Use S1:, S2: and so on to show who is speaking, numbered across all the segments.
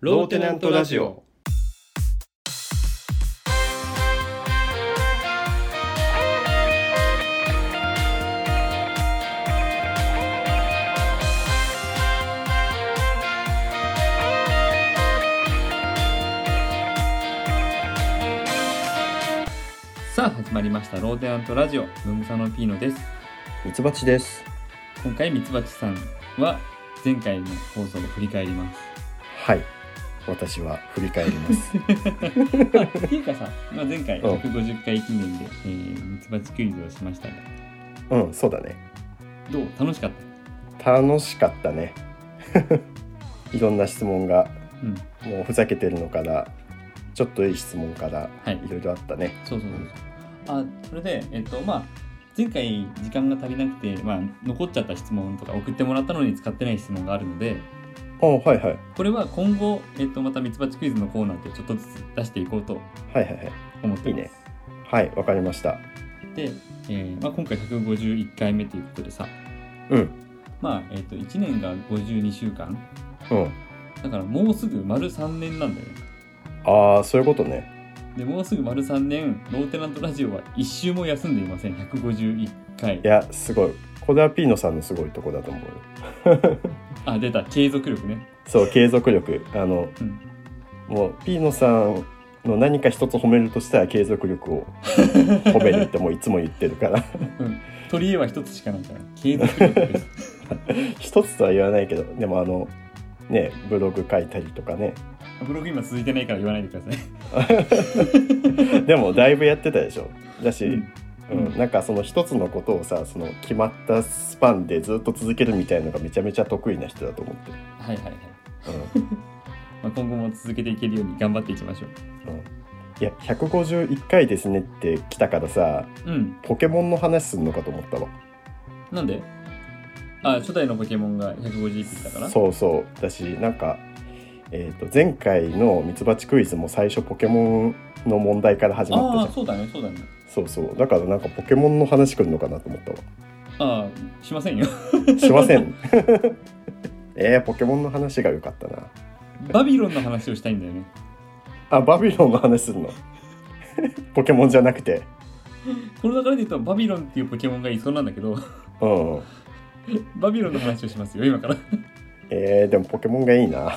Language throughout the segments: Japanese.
S1: ローテナントラジオ。
S2: さあ始まりましたローテナントラジオムムサノピーノです
S3: ミツバチです。
S2: 今回ミツバチさんは前回の放送を振り返ります
S3: はい。私は振り返り ます。
S2: あっていうかさ、まあ、前回
S3: うん
S2: 150回記念で、えーミツバチクイズをしましたが
S3: うん、そうだね。
S2: どう楽しかった
S3: 楽しかったね。 いろんな質問が、
S2: うん
S3: もうふざけてるのから、ちょっといい質問から、
S2: はい
S3: いろいろあったね。
S2: そうそうそうそうあそれでえっとまあ前回時間が足りなくて、まあ、残っちゃった質問とか送ってもらったのに使ってない質問があるので
S3: あ、はいはい。
S2: これは今後、えっと、またミツバチクイズのコーナーでちょっとずつ出していこうと
S3: はいはいはい。
S2: 思って
S3: い
S2: い
S3: い
S2: ます。
S3: ね。はい、わかりました。
S2: で、えーまあ、今回151回目ということでさ、
S3: うん、
S2: まあえー、と1年が52週間
S3: うん。
S2: だからもうすぐ丸3年なんだよね
S3: ああ、そういうことね。
S2: でもうすぐ丸3年ローテナントラジオは1週も休んでいません151回
S3: いや、すごい。これはピーノさんのすごいとこだと思うよ。
S2: あ出た継続力ね、
S3: そう、継続力。あの、
S2: うん、
S3: もうピーノさんの何か一つ褒めるとしたら継続 力を褒めるってもういつも言ってるから
S2: 取り柄は1つしかないから継続力です
S3: 一つとは言わないけどでもあのねブログ書いたりとかね
S2: ブログ今続いてないから言わないでください
S3: でもだいぶやってたでしょだし、うん
S2: うん
S3: なんかその一つのことをさその決まったスパンでずっと続けるみたいのがめちゃめちゃ得意な人だと思ってる
S2: はいはいはい、
S3: うん
S2: まあ、今後も続けていけるように頑張っていきましょう
S3: うんいや151回ですねって来たからさ
S2: うん
S3: ポケモンの話すんのかと思ったわ
S2: なんであ初代のポケモンが151匹だから
S3: そうそうだしなんか、えー、と前回のミツバチクイズも最初ポケモンの問題から始ま
S2: あ
S3: っ
S2: あ
S3: たじ
S2: そうだねそうだね
S3: ゃんそうそうだからなんかポケモンの話くるのかなと思ったわ
S2: ああしませんよ
S3: しません えー、ポケモンの話が良かったな
S2: バビロンの話をしたいんだよね
S3: あバビロンの話するの ポケモンじゃなくて
S2: この流れで言うとバビロンっていうポケモンがいそうなんだけど
S3: うんうん
S2: バビロンの話をしますよ今から
S3: えー、でもポケモンがいいな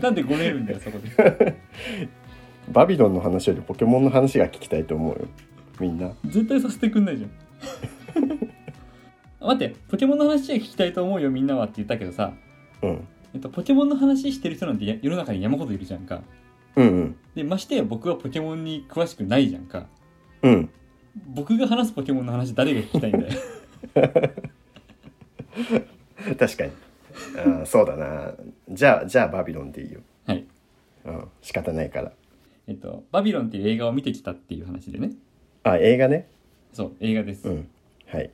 S2: なんでごねるんだよそこで
S3: バビロンの話よりポケモンの話が聞きたいと思うよみんな
S2: 絶対させてくんないじゃ んあ待ってポケモンの話は聞きたいと思うよみんなはって言ったけどさ、
S3: うん
S2: えっと、ポケモンの話してる人なんてや世の中に山ほどいるじゃんか
S3: うんうん
S2: でましてや僕はポケモンに詳しくないじゃんか
S3: うん
S2: 僕が話すポケモンの話誰が聞きたいんだよ
S3: 確かにあーそうだなじゃあじゃあバビロンでいいよ
S2: はい
S3: うん、仕方ないから。
S2: えっと「バビロン」っていう映画を見てきたっていう話でね
S3: あ、映画ね。
S2: そう映画です、
S3: うん。はい。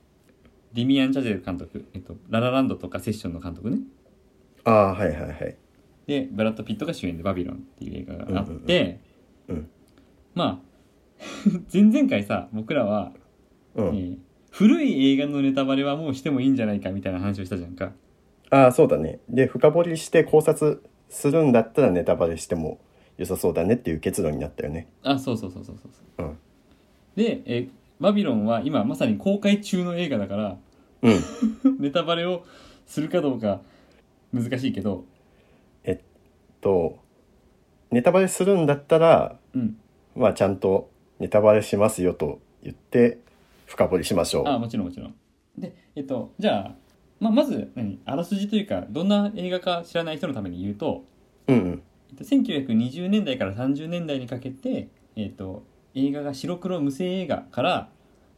S2: ディミアン・チャジェル監督、えっと、ララランドとかセッションの監督ね
S3: ああ、はいはいはい。
S2: でブラッド・ピットが主演で「バビロン」っていう映画があって、
S3: うんうんうんうん
S2: まあ 前々回さ僕らは、
S3: う
S2: え
S3: ん。
S2: ー古い映画のネタバレはもうしてもいいんじゃないかみたいな話をしたじゃんか
S3: ああ、そうだね。で、深掘りして考察するんだったらネタバレしても良さそうだねっていう結論になったよね。
S2: あそうそうそうそうそうそう
S3: うん
S2: で、えーバビロン」は今まさに公開中の映画だから
S3: うん。
S2: ネタバレをするかどうか難しいけど
S3: と、ネタバレするんだったら、
S2: うん
S3: まあちゃんとネタバレしますよと言って深掘りしましょう。
S2: あもちろんもちろんでえっとじゃあ、まあ、まず何あらすじというかどんな映画か知らない人のために言うと、
S3: うんうん。
S2: えっと、1920年代から30年代にかけて、えっと、映画が白黒無声映画から、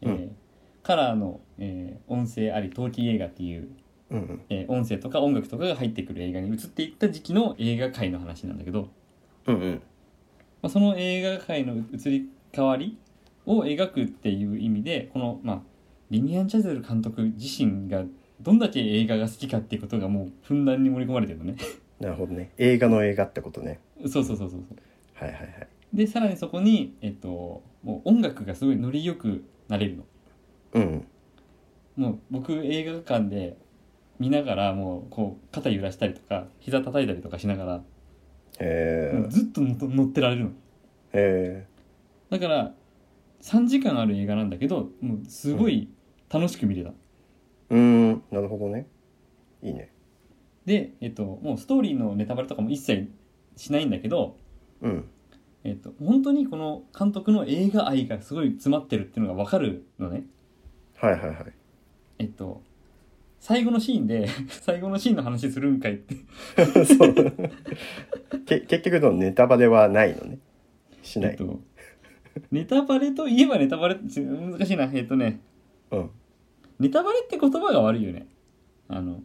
S2: えー
S3: うん
S2: カラーの、えー音声あり陶器映画っていう、
S3: うんうん。
S2: えー音声とか音楽とかが入ってくる映画に移っていった時期の映画界の話なんだけど、
S3: うんうん。
S2: まあ、その映画界の移り変わりを描くっていう意味でこの、まあ、リニアン・チャゼル監督自身がどんだけ映画が好きかっていうことがもうふんだんに盛り込まれて るのね
S3: なるほどね。映画の映画ってことね。
S2: そうそうそうそうそう
S3: はいはいはい。
S2: でさらにそこに、えっと、もう音楽がすごいノリよくなれるの
S3: うん。
S2: もう僕映画館で見ながらもうこう肩揺らしたりとか膝叩いたりとかしながら
S3: へ
S2: もう
S3: え
S2: ずっとのと乗ってられるの
S3: へ
S2: だから3時間ある映画なんだけどもうすごい楽しく見れた、
S3: えうんなるほどねいいね
S2: で、えっと、もうストーリーのネタバレとかも一切しないんだけど、
S3: うん
S2: えっと、本当にこの監督の映画愛がすごい詰まってるっていうのが分かるのね
S3: はいはいはい
S2: えっと最後のシーンで 最後のシーンの話するんかいって
S3: そうけ結局のネタバレはないのねしな
S2: えっ
S3: い、
S2: と、ネタバレといえばネタバレち難しいなえっとね
S3: うん
S2: ネタバレって言葉が悪いよねあの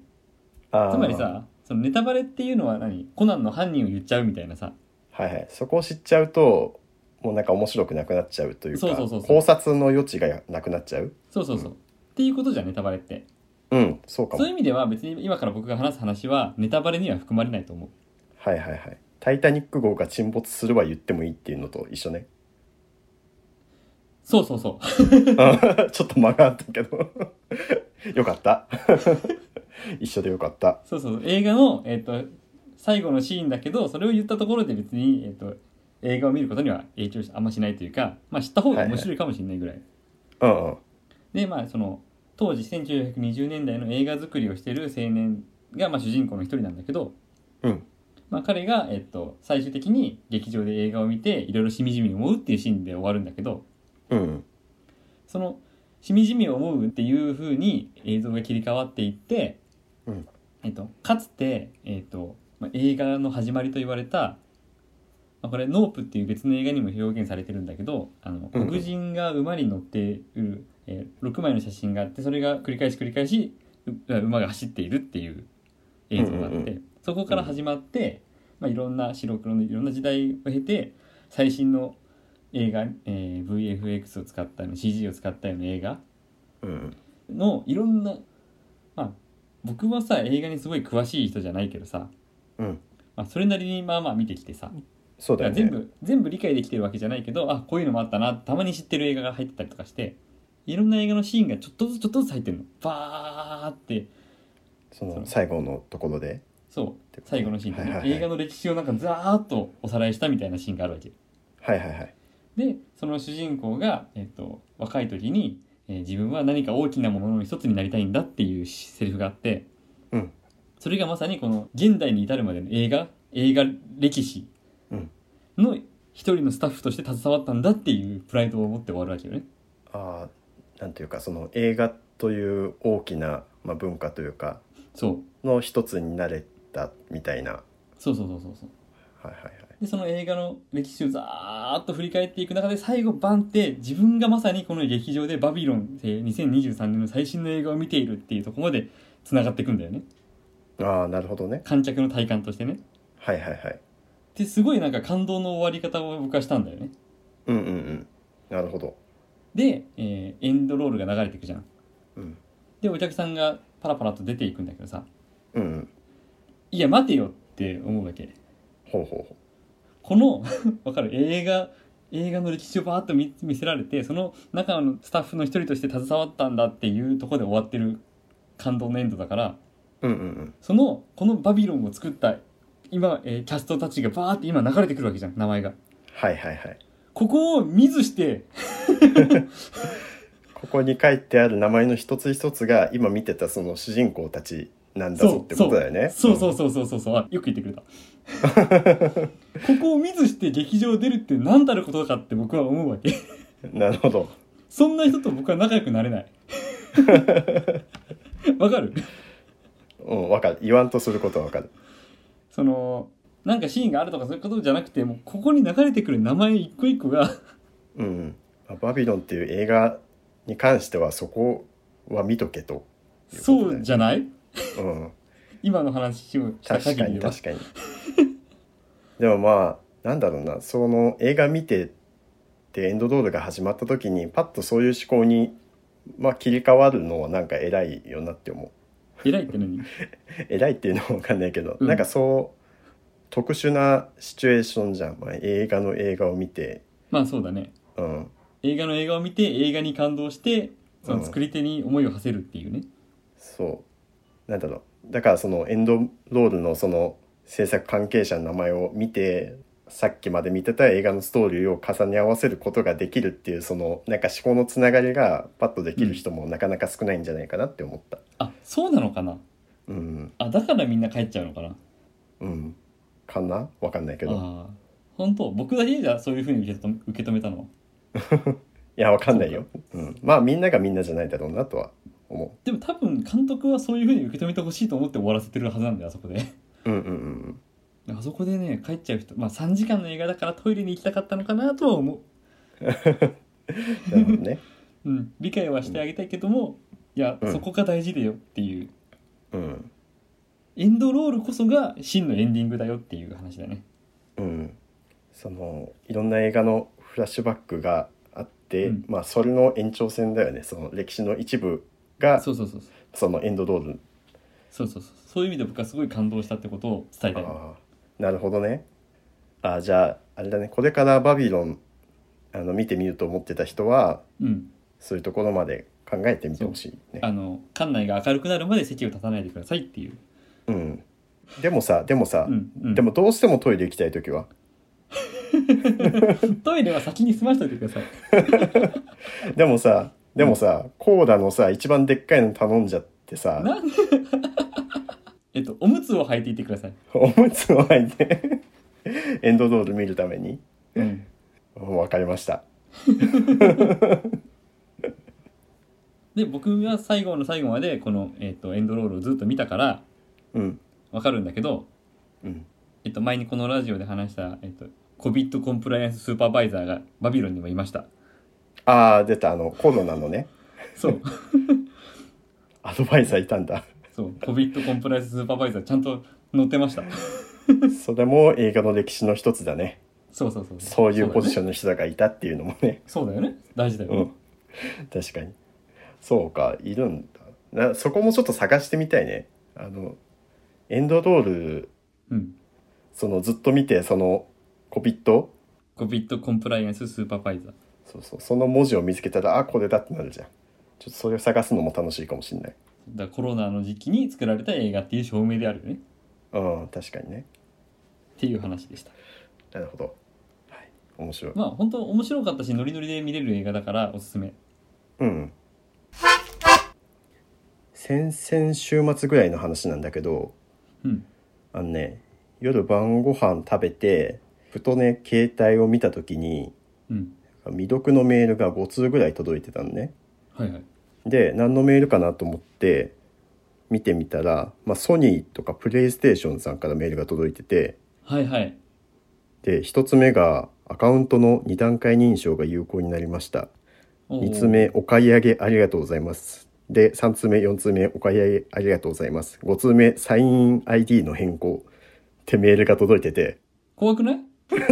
S3: あー
S2: つまりさそのネタバレっていうのは何コナンの犯人を言っちゃうみたいなさ
S3: はいはいそこを知っちゃうともうなんか面白くなくなっちゃうというか
S2: そうそうそうそう
S3: 考察の余地がなくなっちゃう
S2: そうそうそう、っていうことじゃんネタバレって
S3: うんそうか
S2: そういう
S3: も
S2: 意味では別に今から僕が話す話はネタバレには含まれないと思う
S3: はいはいはい「タイタニック号が沈没する」は言ってもいいっていうのと一緒ね
S2: そうそうそう
S3: あ ちょっと間があったけど よかった 一緒でよかった
S2: そうそう映画の、えっと最後のシーンだけどそれを言ったところで別に、えっと映画を見ることには影響しあんましないというか、まあ、知った方が面白いかもしれないぐらい、
S3: うんうん
S2: でまあその当時1920年代の映画作りをしている青年が、まあ、主人公の一人なんだけど、
S3: うん
S2: まあ、彼が、えっと最終的に劇場で映画を見ていろいろしみじみ思うっていうシーンで終わるんだけど
S3: うん
S2: そのしみじみ思うっていう風に映像が切り替わっていって、
S3: うん
S2: えっと、かつて、えっとまあ、映画の始まりと言われた、まあ、これ「ノープ」っていう別の映画にも表現されてるんだけどあの
S3: うん
S2: 黒人が馬に乗っている、えー6枚の写真があってそれが繰り返し繰り返しう馬が走っているっていう映像があって、
S3: うんうんう
S2: そこから始まって、まあ、いろんな白黒のいろんな時代を経て最新の映画、えー VFX を使ったような CG を使ったような映画
S3: うん
S2: のいろんなまあ僕はさ映画にすごい詳しい人じゃないけどさ、
S3: うん
S2: まあ、それなりにまあまあ見てきてさ、
S3: そうだよね
S2: 全部全部理解できてるわけじゃないけどあこういうのもあったなたまに知ってる映画が入ってたりとかしていろんな映画のシーンがちょっとずつちょっとずつ入ってるのバーって
S3: その最後のところで
S2: そう最後のシーンでね、
S3: はいはいはい
S2: 映画の歴史をなんかザーッとおさらいしたみたいなシーンがあるわけ
S3: はいはいはい
S2: でその主人公が、えっと若い時に、えー自分は何か大きなものの一つになりたいんだっていうしセリフがあって、
S3: うん
S2: それがまさにこの現代に至るまでの映画映画歴史
S3: うん
S2: の一人のスタッフとして携わったんだっていうプライドを持って終わるわけよね。
S3: あーなんていうかその映画という大きな、まあ、文化というか
S2: そう
S3: の一つになれたみたいなは
S2: そうそうそうそうそう
S3: いはいはい
S2: でその映画の歴史をざーっと振り返っていく中で最後バンって自分がまさにこの劇場で「バビロン」っていう2023年の最新の映画を見ているっていうところまでつながっていくんだよね
S3: ああなるほどね
S2: 観客の体感としてね。
S3: はいはいはい
S2: ってすごいなんか感動の終わり方を僕はしたんだよね
S3: うんうんうんなるほど
S2: で、えーエンドロールが流れていくじゃん
S3: うん
S2: でお客さんがパラパラと出ていくんだけどさ
S3: うんうん
S2: いや待てよって思うわけ
S3: ほうほうほ
S2: この わかる映画映画の歴史をバーッと見見せられてその中のスタッフの一人として携わったんだっていうところで終わってる感動のエンドだから
S3: ううんうんうん
S2: そのこの「バビロン」を作った今、えーキャストたちがバーって今流れてくるわけじゃん名前が
S3: はいはいはい
S2: ここを見ずして
S3: ここに書いてある名前の一つ一つが今見てたその主人公たちなんだぞってことだよね
S2: そうそうそうそうそうそうあよく言ってくれたここを見ずして劇場を出るって何たることかって僕は思うわけ
S3: うんなるほど
S2: そんな人と僕は仲良くなれない わかる
S3: うんわかる言わんとすることはわかる
S2: そのなんかシーンがあるとかそういうことじゃなくてもうここに流れてくる名前一個一個が
S3: うんうんまあバビロンっていう映画に関してはそこは見とけということだ
S2: そ
S3: よね
S2: うじゃない
S3: うん
S2: 今の話をした
S3: 確
S2: 限
S3: か
S2: り
S3: に
S2: では
S3: 確かに でもまあなんだろうなその映画見てでエンドロールが始まった時にパッとそういう思考に、まあ、切り替わるのはなんか偉いよなって思う
S2: 偉いって何
S3: 偉いっていうのは分かんないけど、
S2: うん
S3: なんかそう特殊なシチュエーションじゃん、まあ、映画の映画を見て
S2: まあそうだね
S3: うん
S2: 映画の映画を見て映画に感動してその作り手に思いを馳せるっていうね、
S3: そうなんだろうだからそのエンドロールのその制作関係者の名前を見てさっきまで見てた映画のストーリーを重ね合わせることができるっていうそのなんか思考のつながりがパッとできる人もなかなか少ないんじゃないかなって思った。
S2: あそうなのかな
S3: うん、
S2: あだからみんな帰っちゃうのかな
S3: うん、かなわかんないけど。
S2: ああ本当僕だけじゃそういうふうに受けと受け止めたのはい
S3: やわかんないよ。うん、まあみんながみんなじゃないだろうなとは思
S2: でも多分監督はそういうふうに受け止めてほしいと思って終わらせてるはずなんだよあそこで
S3: う。うんうんうん
S2: あそこでね帰っちゃう人まあ3時間の映画だからトイレに行きたかったのかなとは思
S3: うん。なるほどね。
S2: う、うん、理解はしてあげたいけども、いや、
S3: うん
S2: そこが大事だよっていう
S3: うん
S2: エンドロールこそが真のエンディングだよっていう話だね
S3: うん。そのいろんな映画のフラッシュバックがあって、
S2: うん
S3: まあそれの延長線だよね。その歴史の一部が
S2: そうそうそうそう
S3: そのエンドロール。
S2: そうそうそうそういう意味で僕はすごい感動したってことを伝えたい
S3: ああなるほどね。ああじゃああれだねこれからバビロンあの見てみると思ってた人は
S2: うん
S3: そういうところまで考えてみてほしいね。
S2: あの館内が明るくなるまで席を立たないでくださいっていう、
S3: うん。でもさでもさ、
S2: うんうん、
S3: でもどうしてもトイレ行きたい時は
S2: トイレは先に済ましといてください
S3: でもさでもさ、コーラのさ一番でっかいの頼んじゃってさ
S2: なんでえっとおむつを履いていってください、
S3: おむつを履いてエンドロール見るために
S2: うん、
S3: 分かりました
S2: で僕は最後の最後までこの、えっとエンドロールをずっと見たから
S3: うん
S2: わかるんだけど、
S3: うん
S2: えっと、前にこのラジオで話した、えっと、COVID コンプライアンススーパーバイザーがバビロンにもいました
S3: ああ出たあのコロナのね
S2: そう
S3: アドバイザーいたんだ
S2: そう COVID コンプライアンススーパーバイザーちゃんと載ってました
S3: それも映画の歴史の一つだね
S2: そうそうそう
S3: そういうポジシ
S2: ョン
S3: ョンの人がいたっていうのもね
S2: そうだよね大事だよね、
S3: うん確かにそうかいるんだなそこもちょっと探してみたいねあのエンドロール
S2: うん、
S3: そのずっと見てそのコピット
S2: COVID コンプライアンススーパーバイザー
S3: そうそうその文字を見つけたらあこれだってなるじゃんちょっとそれを探すのも楽しいかもしんない
S2: だからコロナの時期に作られた映画っていう証明であるよね
S3: うん確かにね
S2: っていう話でした
S3: なるほど、はい、面白い
S2: まあ本当面白かったしノリノリで見れる映画だからおすすめ
S3: うん先々週末ぐらいの話なんだけど
S2: うん
S3: あのね夜晩ご飯食べてふとね携帯を見た時に
S2: うん
S3: 未読のメールが5通ぐらい届いてたのね
S2: はいはい
S3: で何のメールかなと思って見てみたら、まあ、ソニーとかプレイステーションさんからメールが届いてて
S2: はいはい
S3: で1つ目がアカウントの2段階認証が有効になりました
S2: おー
S3: 2つ目お買い上げありがとうございますで3つ目4つ目お買い上げありがとうございます5つ目サイン ID の変更ってメールが届い てて
S2: 怖くない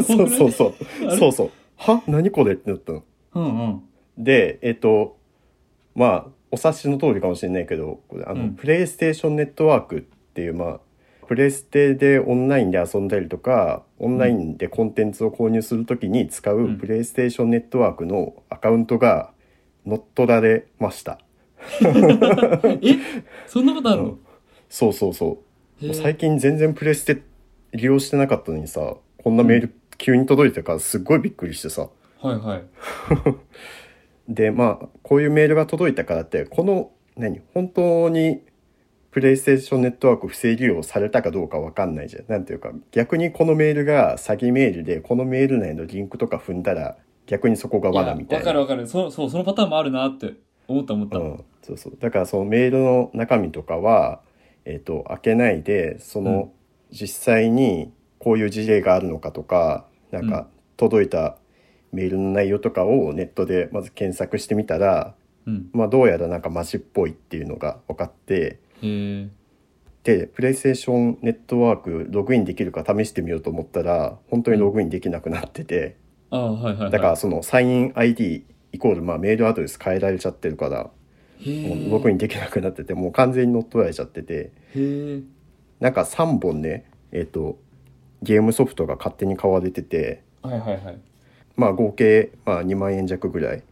S3: そうそうそう
S2: あれ
S3: そうそうは何これってなったの
S2: うんうん
S3: でえっ、とまあお察しの通りかもしれないけどこれあの、
S2: うん
S3: プレイステーションネットワークっていうまあプレステでオンラインで遊んだりとかオンラインでコンテンツを購入するときに使う、
S2: ん
S3: プレイステーションネットワークのアカウントが乗っ取られました。
S2: えそんなことあるの、
S3: そうそうそう
S2: へ
S3: もう
S2: ー
S3: 最近全然プレステ利用してなかったのにさこんなメール急に届いたからすっごいびっくりしてさ
S2: はいはい
S3: でまあこういうメールが届いたからってこの何本当にプレイステーションネットワーク不正利用されたかどうかわかんないじゃん。なんていうか逆にこのメールが詐欺メールでこのメール内のリンクとか踏んだら逆にそこが
S2: いや
S3: 罠みたい
S2: わ
S3: な。
S2: かるわかるそそうそのパターンもあるなって思った思った、
S3: うん、そうそうだからそのメールの中身とかは、えっと開けないでその実際にこういう事例があるのかとかなん
S2: うん
S3: か届いたメールの内容とかをネットでまず検索してみたら、
S2: うん
S3: まあ、どうやらなんかマジっぽいっていうのが分かって
S2: へえ
S3: でプレイステーションネットワークログインできるか試してみようと思ったら本当にログインできなくなってて、
S2: ああはいはい、はい、
S3: だからそのサイン ID イコールまあメールアドレス変えられちゃってるから。もう
S2: へ
S3: ログイ
S2: に
S3: ンできなくなっててもう完全に乗っ取られちゃってて
S2: へえ
S3: なんか3本ねえっ、とゲームソフトが勝手に買われてて
S2: はいはいはい
S3: まあ合計、まあ、2万円弱ぐらい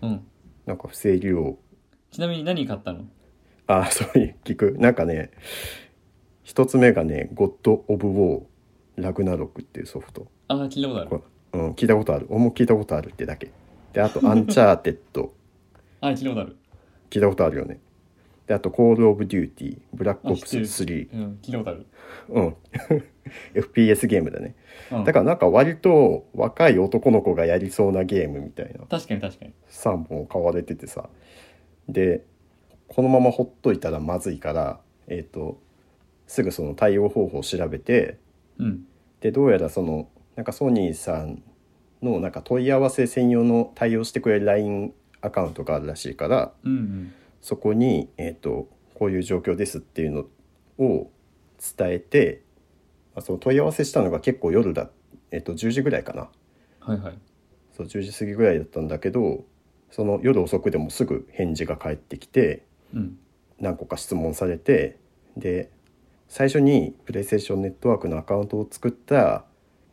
S2: うん
S3: なんか不正利用
S2: ちなみに何買ったの
S3: ああそういう聞くなんかね一つ目がね「ゴッド・オブ・ウォー・ラグナロク」っていうソフト、
S2: ああ聞いたことある
S3: うん、聞いたことある俺も聞いたことあるってだけであと 「アンチャーテッド
S2: ああ聞いたことある」
S3: 聞いたことあるよねであと「コール・オブ・デューティー」「ブラック・オプス
S2: あ知
S3: 3
S2: うん聞いたことある」
S3: うん FPS ゲームだね
S2: うん
S3: だからなんか割と若い男の子がやりそうなゲームみたいな
S2: 確かに確かに
S3: 3本買われててさでこのままほっといたらまずいからえっ、とすぐその対応方法を調べて
S2: うん
S3: でどうやらそのなんかソニーさんのなんか問い合わせ専用の対応してくれる LINE アカウントがあるらしいから
S2: うんうん
S3: そこに、えっとこういう状況ですっていうのを伝えて、まあ、その問い合わせしたのが結構夜だ、えっと10時ぐらいかな
S2: はいはい
S3: そう10時過ぎぐらいだったんだけどその夜遅くでもすぐ返事が返ってきて
S2: うん
S3: 何個か質問されてで最初にプレイステーションネットワークのアカウントを作った、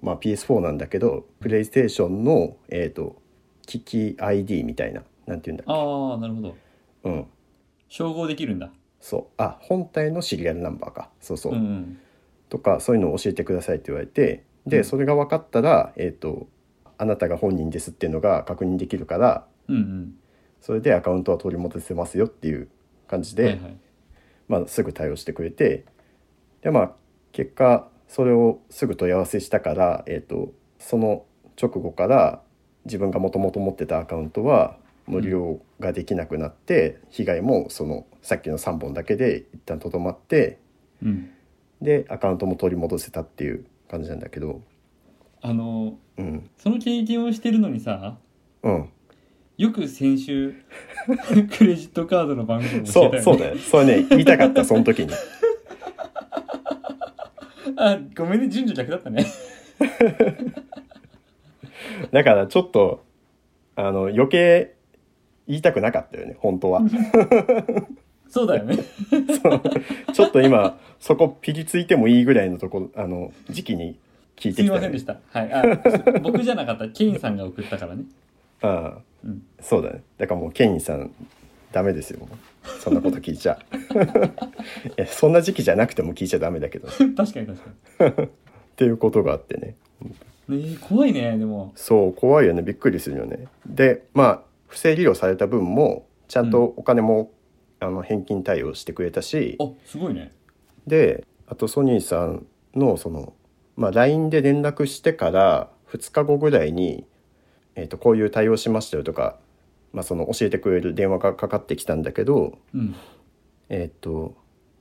S3: まあ、PS4 なんだけどプレイステーションの、えー、と機器 ID みたいななんて言うんだっ
S2: ああなるほど
S3: けうん
S2: 照合できるんだ
S3: そうあ本体のシリアルナンバーかそうそう、
S2: うんうん
S3: とかそういうのを教えてくださいって言われてで、
S2: うん
S3: それが分かったら、えーと「あなたが本人です」っていうのが確認できるから
S2: うん
S3: それでアカウントは取り戻せますよっていう感じ
S2: うん
S3: で、
S2: はいはい
S3: まあ、すぐ対応してくれてでまあ結果それをすぐ問い合わせしたから、えー、とその直後から自分がもともと持ってたアカウントは無料ができなくなって、被害もそのさっきの3本だけで一旦とどまって
S2: うん
S3: でアカウントも取り戻せたっていう感じなんだけど
S2: あのー
S3: うん
S2: その経験をしてるのにさ
S3: うん
S2: よく先 週クレジットカードの番号を教
S3: そう
S2: えた
S3: そ
S2: よ
S3: う
S2: ね
S3: だよそれね言いたかったその時に
S2: あごめんね順序逆だったね
S3: だからちょっとあの余計言いたくなかったよね本当は
S2: そうだよ ね
S3: そうちょっと今そこピリついてもいいぐらいのところあの時期に聞い
S2: す
S3: てき
S2: みま
S3: たよ
S2: せんで
S3: ね、
S2: したはいあ僕じゃなかったケインさんが送ったからね
S3: ああ
S2: うん
S3: そうだねだからもうケインさんダメですよそんなこと聞い ちゃいやそんな時期じゃなくても聞いちゃダメだけどっ
S2: 確かに確か
S3: ていうことがあってね
S2: に、ねえ怖いねでも
S3: そう怖いよねびっくりするよねでまあ不正利用された分もちゃんとお金も、あの返金対応してくれたし
S2: あすごいね
S3: であとソニーさんのその、まあ、LINE で連絡してから2日後ぐらいに、えー、とこういう対応しましたよとか、まあ、その教えてくれる電話がかかってきたんだけど、
S2: うん
S3: えっと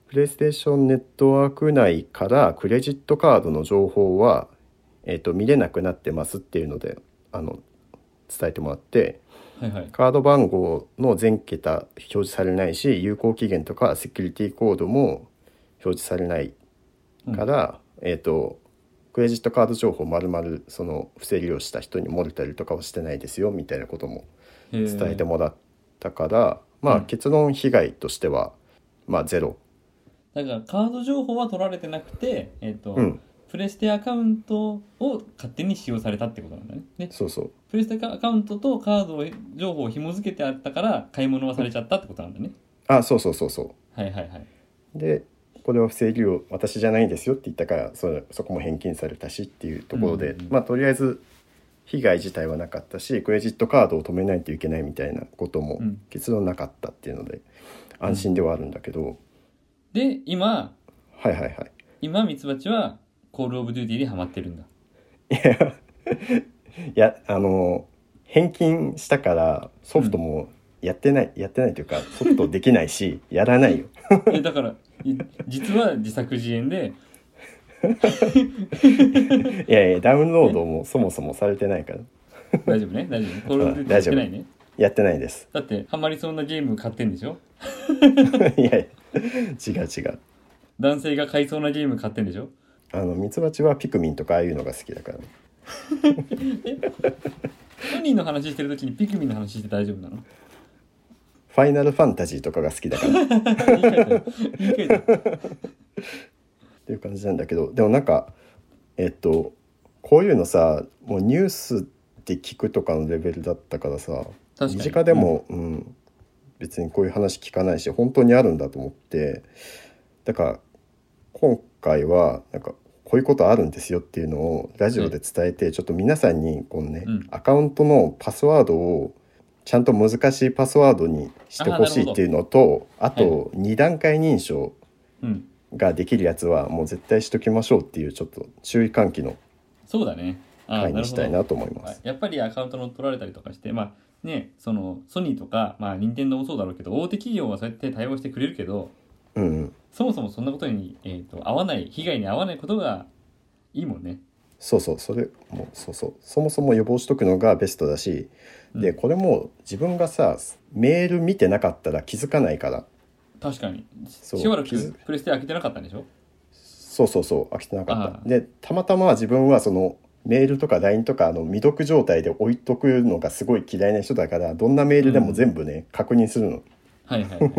S3: プレイステーションネットワーク内からクレジットカードの情報は、えー、と見れなくなってますっていうのであの伝えてもらって
S2: はいはい
S3: カード番号の全桁表示されないし有効期限とかセキュリティコードも表示されない
S2: うん
S3: から、えっ、とクレジットカード情報まるまるその不正利用した人に漏れたりとかはしてないですよみたいなことも
S2: へえ
S3: 伝えてもらったから、まあ
S2: うん
S3: 結論被害としてはまあゼロ、
S2: だからカード情報は取られてなくて、えっと
S3: うん、
S2: プレステアカウントを勝手に使用されたってことなんだねね
S3: そうそう
S2: プレステアカウントとカードを情報を紐付けてあったから買い物はされちゃったってことなんだね
S3: あそうそうそうそ
S2: はいはいはいう
S3: でこれは不正利用私じゃないんですよって言ったからそそこも返金されたしっていうところで、
S2: うんうんうん
S3: まあとりあえず被害自体はなかったしクレジットカードを止めないといけないみたいなことも
S2: うん
S3: 結論なかったっていうので安心ではあるんだけど、
S2: で今
S3: はいはいはい
S2: 今ミツバチはコールオブデューティーにハマってるんだ
S3: いやあの返金したからソフトもやってない、やってないというかソフトできないし やらないよ
S2: えだからい実は自作自演で
S3: いやいやダウンロードもそもそもされてないから
S2: 大丈夫ね大 丈夫ねコールオブデューティーやってないね
S3: やってないです
S2: だってハマりそうなゲーム買ってんでしょ
S3: いやいや違う違う
S2: 男性が買いそうなゲーム買ってんでしょ
S3: あのミツバチはピクミンとかああいうのが好きだから
S2: ソニーの話してる時にピクミンの話して大丈夫なの
S3: ファイナルファンタジーとかが好きだからっ
S2: 言い換えたよ言い換えたよ
S3: ていう感じなんだけどでもなんかえっとこういうのさもうニュースで聞くとかのレベルだったからさ
S2: 確かに
S3: 身近でも、うん別にこういう話聞かないし本当にあるんだと思ってだから今回はなんかこういうことあるんですよっていうのをラジオで伝えて、ちょっと皆さんにこのね、
S2: うん
S3: アカウントのパスワードをちゃんと難しいパスワードにしてほしいっていうのとあ
S2: ほど
S3: と2段階認証
S2: うん
S3: ができるやつはもう絶対しときましょうっていうちょっと注意喚起の
S2: そうだねあー
S3: 回にしたい
S2: なる
S3: なと思い
S2: ほど
S3: ま
S2: はい
S3: す。
S2: やっぱりアカウントの取られたりとかしてまあねそのソニーとかまあ任天堂もそうだろうけど大手企業はそうやって対応してくれるけど
S3: うんうん、
S2: そもそもそんなことに、えー、と合わない被害に遭わないことがいいもんね
S3: そうそうそれもそうそうそもそも予防しとくのがベストだし、でこれも自分がさメール見てなかったら気づかないから
S2: 確かに
S3: そう
S2: しばら
S3: 気づ
S2: くプレステ開けてなかったん でしょ
S3: そうそうそう飽きてなか
S2: あ
S3: った
S2: あ
S3: でたまたま自分はそのメールとか LINE とかあの未読状態で置いとくのがすごい嫌いな人だからどんなメールでも全部ね、確認するの
S2: はいはい、はい、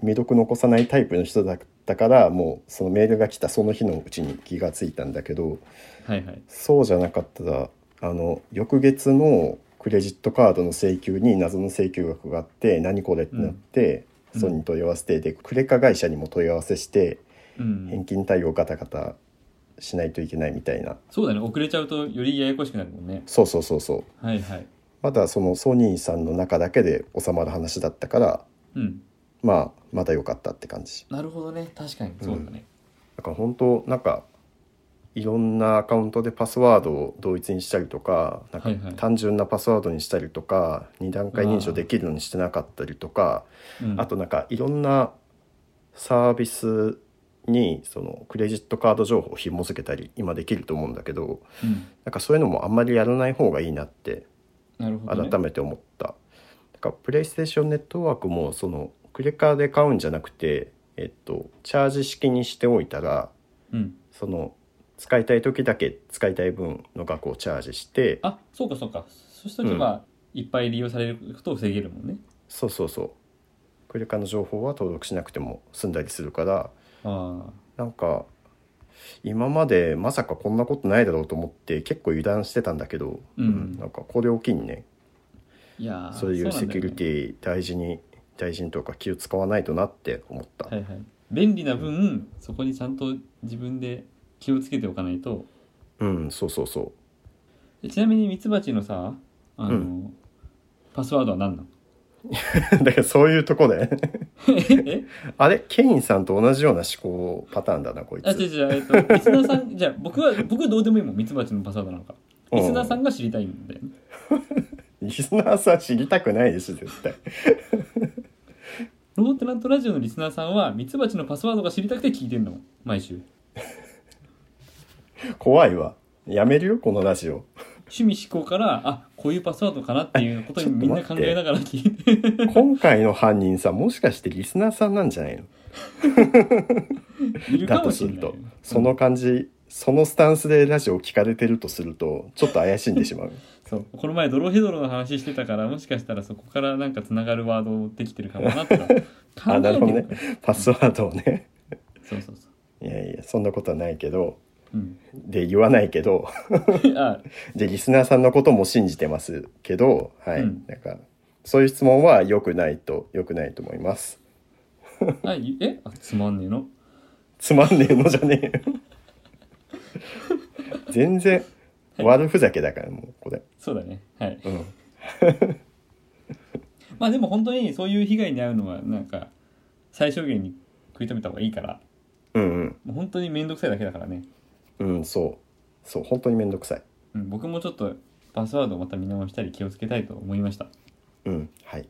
S3: 未読残さないタイプの人だったからもうそのメールが来たその日のうちに気がついたんだけど
S2: はいはい
S3: そうじゃなかったらあの翌月のクレジットカードの請求に謎の請求額があって何これってなって、
S2: うん
S3: ソニーに問い合わせてでクレカ会社にも問い合わせして
S2: うん
S3: 返金対応ガタガタしないといけないみたいな
S2: そうだね遅れちゃうとよりややこしくなるもんね
S3: そうそうそうそう
S2: はいはい
S3: まだそのソニーさんの中だけで収まる話だったから
S2: うん
S3: まあまだ良かったって感じ
S2: なるほどね確かにそうだね、
S3: だから本当なんかいろんなアカウントでパスワードを同一にしたりとかなんか
S2: はいはい
S3: 単純なパスワードにしたりとか2段階認証できるのにしてなかったりとか
S2: うん
S3: あとなんかいろんなサービスにそのクレジットカード情報を紐付けたり今できると思うんだけど
S2: うん
S3: なんかそういうのもあんまりやらない方がいいなって
S2: なるほど、ね、
S3: 改めて思った、だからプレイステーションネットワークもそのクレカで買うんじゃなくて、えっと、チャージ式にしておいたら
S2: うん
S3: その使いたい時だけ使いたい分の額をチャージして
S2: あそうかそうかそうしとけば、いっぱい利用されることを防げるもんね
S3: そうそうそうクレカの情報は登録しなくても済んだりするから
S2: ああ
S3: なんか今までまさかこんなことないだろうと思って結構油断してたんだけど、
S2: うん
S3: なんかこれを機にね
S2: いやー
S3: そういうセキュリテ
S2: ィ
S3: ィ大事に大事にとか気を使わないとなって思った。
S2: はいはい便利な分、そこにちゃんと自分で気をつけておかないと
S3: うん、そうそうそ
S2: でちなみにミツバチのさあの、
S3: うん
S2: パスワードは何なの
S3: う。 だからそういうとこで。
S2: え
S3: あれケインさんと同じような思考パターンだな、こい
S2: あ違う
S3: つ。
S2: 違うえっとリスナーさんじゃあ僕は僕はどうでもいいもんミツバチのパスワードなのか
S3: うん
S2: リスナーさんが知りたいんだよね
S3: リスナーさん知りたくないでしょ、絶対。
S2: ロボットラントラジオのリスナーさんはミツバチのパスワードが知りたくて聞いてんの毎週
S3: 怖いわ。やめるよ、このラジオ。
S2: 趣味思考からあこういうパスワードかなっていうことにみんな
S3: ち
S2: 考
S3: ょっと待って
S2: えながら聞いて
S3: 今回の犯人さ、もしかしてリスナーさんなんじゃないの
S2: いる
S3: だ
S2: かも
S3: と
S2: し
S3: す
S2: れな
S3: る
S2: い
S3: と、その感じ、そのスタンスでラジオを聞かれてるとすると、ちょっと怪しんでし まう。
S2: そうこの前ドロヘドロの話してたからもしかしたらそこからなんかつながるワードを持ってきてるかもなとか考えて
S3: あ、なるほど
S2: る
S3: ね
S2: から。
S3: パスワードをね。
S2: そうそうそ
S3: いやいや、そんなことはないけど、
S2: う、うん、
S3: で、言わないけど。
S2: あ
S3: でリスナーさんのことも信じてますけど、はい、
S2: うん
S3: なんかそういう質問は良くないと良くないと思います。
S2: あいえあつまんねえの
S3: つまんねえのじゃねえ よ。全然悪ふざけだからもうこれ。
S2: そうだねはい
S3: うん、
S2: まあでも本当にそういう被害に遭うのはなんか最小限に食い止めた方がいいから
S3: うん
S2: もう本当に面倒くさいだけだからね、
S3: うんうんそうそう本当にめんどくさい。
S2: うん、僕もちょっとパスワードをまた見直したり気をつけたいと思いました
S3: うんはい。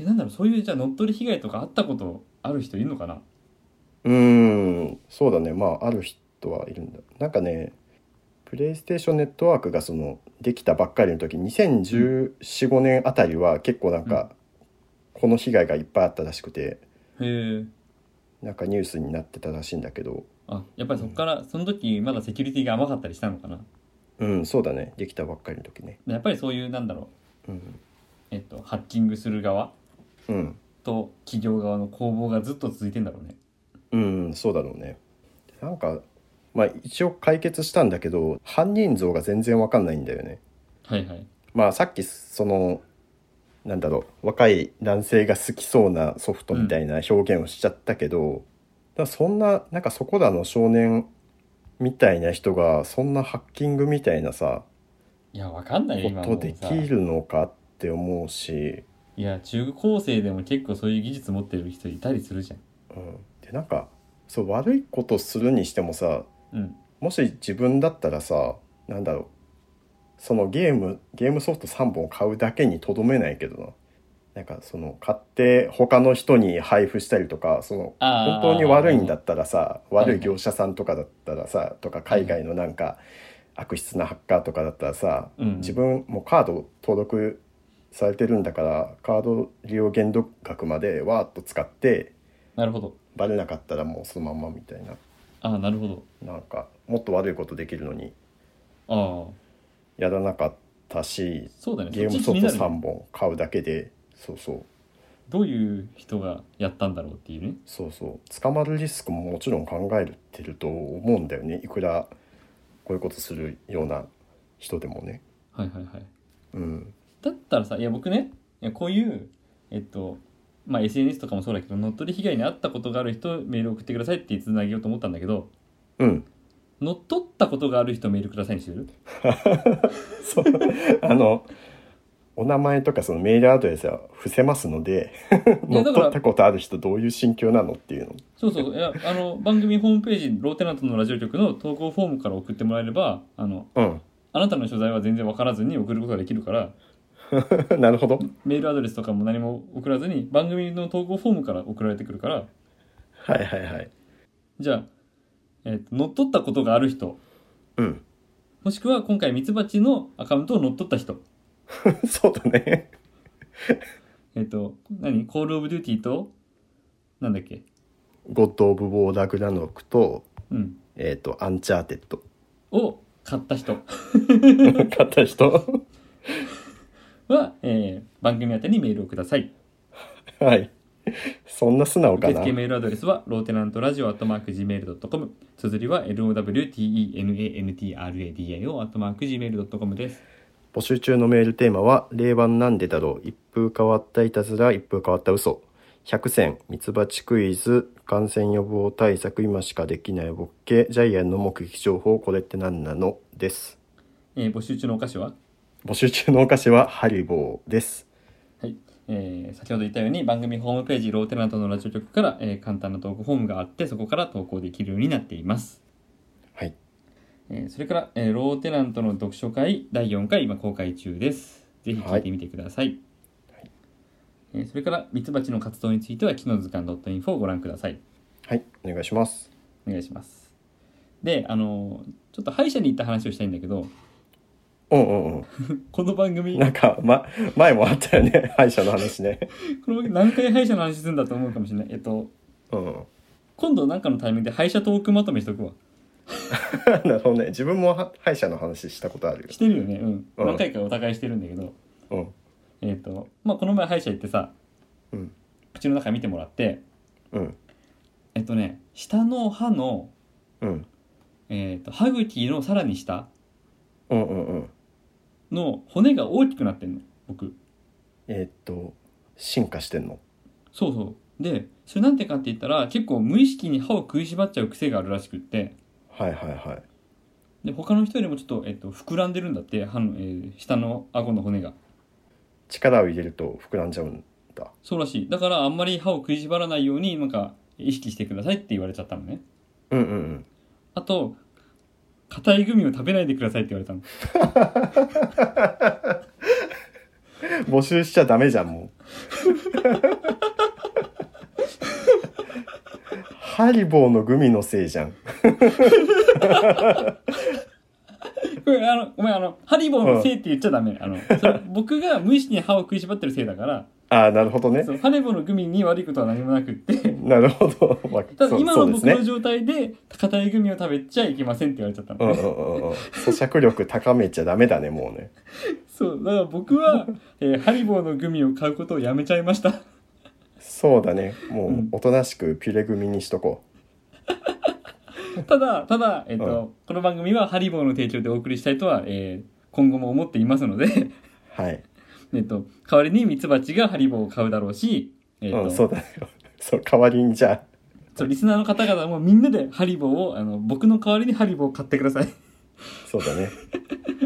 S2: えなんだろうそういうじゃあ乗っ取り被害とかあったことある人いるのかな
S3: うーんそうだねまあある人はいるんだ。なんかねプレイステーションネットワークがそのできたばっかりの時201415年あたりは結構なんか、この被害がいっぱいあったらしくて。
S2: へえ
S3: なんかニュースになってたらしいんだけど
S2: あやっぱりそこからその時まだセキュリティが甘かったりしたのかな
S3: うんそうだねできたばっかりの時ね
S2: でやっぱりそういうなんだろ
S3: うん、
S2: う、えっと、ハッキングする側
S3: うん
S2: と企業側の攻防がずっと続いてんだろうね
S3: うん、そうだろうねなんかまあ一応解決したんだけど犯人像が全然わかんないんだよね
S2: はいはい
S3: まあさっきそのなんだろう若い男性が好きそうなソフトみたいな表現をしちゃったけど、からそんななんかそこらの少年みたいな人がそんなハッキングみたいなさ
S2: いやわかんないよ
S3: こ
S2: 今
S3: と
S2: も
S3: で
S2: さ
S3: きるのかって思うし、
S2: いや中高生でも結構そういう技術持ってる人いたりするじゃん
S3: うん、でなんかそう悪いことするにしてもさ
S2: うん
S3: もし自分だったらさなんだろうそのゲームゲームソフト3本買うだけにとどめないけどななんかその買って他の人に配布したりとかその
S2: あ
S3: 本
S2: ー
S3: 当に悪いんだったらさ
S2: はい
S3: 悪い業者さんとかだったらさとか海外のなんか悪質なハッカーとかだったらさ
S2: うん
S3: 自分もうカード登録されてるんだからカード利用限度額までわーっと使って
S2: なるほど
S3: バレなかったらもうそのまんまみたいな
S2: ああなるほど
S3: なんかもっと悪いことできるのに
S2: ああ
S3: やらなかったし
S2: そうだね
S3: ゲー
S2: そ
S3: ム
S2: っち
S3: ソ
S2: 気
S3: フ
S2: に
S3: ト
S2: なるね
S3: 3本買うだけでそうそう
S2: どういう人がやったんだろうっていうね
S3: そうそう捕まるリスクももちろん考えてると思うんだよねいくらこういうことするような人でもね。
S2: はいはいはい
S3: うん、
S2: だったらさいや僕ねいやこういうえっとまあ SNS とかもそうだけど乗っ取り被害に遭ったことがある人メール送ってくださいってつなげようと思ったんだけど
S3: うん、
S2: 乗っ取ったことがある人メールくださいにしてる
S3: そう あのお名前とかそのメールアドレスは伏せますので
S2: いや
S3: 乗っ
S2: だから
S3: 取ったことある人どういう心境なのっていうの
S2: そうそういやあの番組ホームページローテナントのラジオ局の投稿フォームから送ってもらえればあのあなたの所在は全然分からずに送ることができるから
S3: うん なるほど
S2: メールアドレスとかも何も送らずに番組の投稿フォームから送られてくるから
S3: はいはいはい
S2: じゃあ、えっと乗っ取ったことがある人
S3: うん
S2: もしくは今回ミツバチのアカウントを乗っ取った人
S3: そうだね
S2: えっ、と何コールオブデューティーとなんだっけ
S3: ゴッド・オブ・ボーダグラノクと
S2: うん
S3: えっ、とアンチャーテッド
S2: を買った人
S3: 買った人
S2: は、えー番組宛てにメールをください
S3: はいそんな素直か
S2: 受
S3: な
S2: 付メールアドレスはローテナントラジオアットマーク Gmail.com 綴りは LOWTENANTRADIO アットマーク Gmail.com です
S3: 募集中のメールテーマは「令和なんでだろう一風変わったいたずら一風変わった嘘100選ミツバチクイズ感染予防対策今しかできないボッケジャイアンの目撃情報これって何なの?」です
S2: えー募集中のお菓子は、
S3: 募集中のお菓子はハリボーです
S2: はいえー先ほど言ったように番組ホームページローテナントのラジオ局から、えー簡単な投稿フォームがあってそこから投稿できるようになっています
S3: はい
S2: えーそれから、えーローテナントの読書会第4回今公開中ですぜひ聞いてみてください、えーそれからミツバチの活動については木の図鑑 .info をご覧ください
S3: はいお願いします
S2: お願いしますであのーちょっと歯医者に行った話をしたいんだけど
S3: うんうんう
S2: この番組
S3: ん
S2: こ
S3: なんか、ま、前もあったよね歯医者の話ね
S2: の番組何回歯医者の話するんだと思うかもしれないえっと
S3: うん
S2: 今度なんかのタイミングで歯医者トークまとめしとくわ
S3: なるほどね自分もは歯医者の話したことあるよ
S2: してるよねうん
S3: うん
S2: 何回かお互いしてるんだけど
S3: うん
S2: えっとまあこの前歯医者行ってさ
S3: うん
S2: 口の中見てもらって
S3: うん
S2: えっとね下の歯の
S3: うん
S2: えー、と歯茎のさらに下
S3: うんうんうん
S2: の骨が大きくなってんの僕
S3: えーっと進化してんの
S2: そうそうでそれなんてかって言ったら結構無意識に歯を食いしばっちゃう癖があるらしくって
S3: はいはいはい
S2: で他の人よりもちょっと,、えっと膨らんでるんだって歯の、えー下の顎の骨が
S3: 力を入れると膨らんじゃうんだ
S2: そうらしいだからあんまり歯を食いしばらないようになんか意識してくださいって言われちゃったのね
S3: うんうんうん
S2: あと硬いグミを食べないでくださいって言われたの
S3: 募集しちゃダメじゃんもうハリボーのグミのせいじゃん
S2: これあのごめんあのハリボーのせいって言っちゃダメ、あのそれ僕が無意識に歯を食いしばってるせいだから
S3: ああなるほどね
S2: そうハレボのグミに悪いことは何もなくって
S3: なるほ ど、まあ
S2: ただ
S3: そう
S2: 今
S3: そ
S2: の僕
S3: うですね
S2: の状態で硬いグミを食べちゃいけませんって言われちゃったの、
S3: うんうんうんうん咀嚼力高めちゃダメだねもうね
S2: そうだから僕 は、えーハリボーのグミを買うことをやめちゃいました
S3: そうだねも
S2: うん
S3: うおとなしくピュレグミにしとこ
S2: ただただ、えっと
S3: う
S2: この番組はハリボーの提供でお送りしたいとは、えー今後も思っていますので、
S3: うはい、
S2: えっと代わ りにミツバチがハリボーを買うだろうし、えっと
S3: うんそうだねそう代わりにじゃあ
S2: そうリスナーの方々もみんなでハリボーをあの僕の代わりにハリボーを買ってください
S3: そうだね。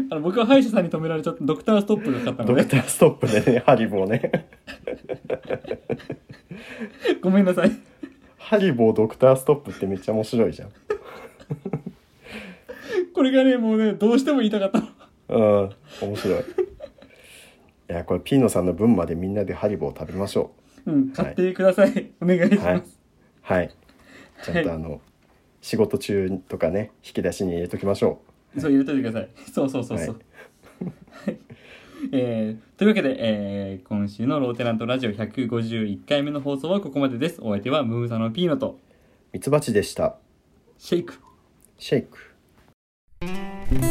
S2: あの僕は歯医者さんに止められちゃったドクターストップが買った
S3: ド
S2: の
S3: ク
S2: ね
S3: ターストップでね、ハリボー ね。
S2: ごめんなさい
S3: ハリボードクターストップってめっちゃ面白いじゃん。
S2: これがねもうねどうしても言いたかったの
S3: うん、面白い。いや、これピーノさんの分までみんなでハリボー食べましょ
S2: うん買ってください、お願いし
S3: う。
S2: ます、
S3: はい。はい。ちゃんと
S2: は
S3: あの、仕事中とかね、引き出しに入れときましょ
S2: そう入れといてください。そうそうそうそう。
S3: は
S2: はいえーというわけで、えー今週のローテナントラジオ151回目の放送はここまでです。お相手はムーサのピーノと
S3: う。ミツバチでした。
S2: シェイク。
S3: シェイク。
S1: 「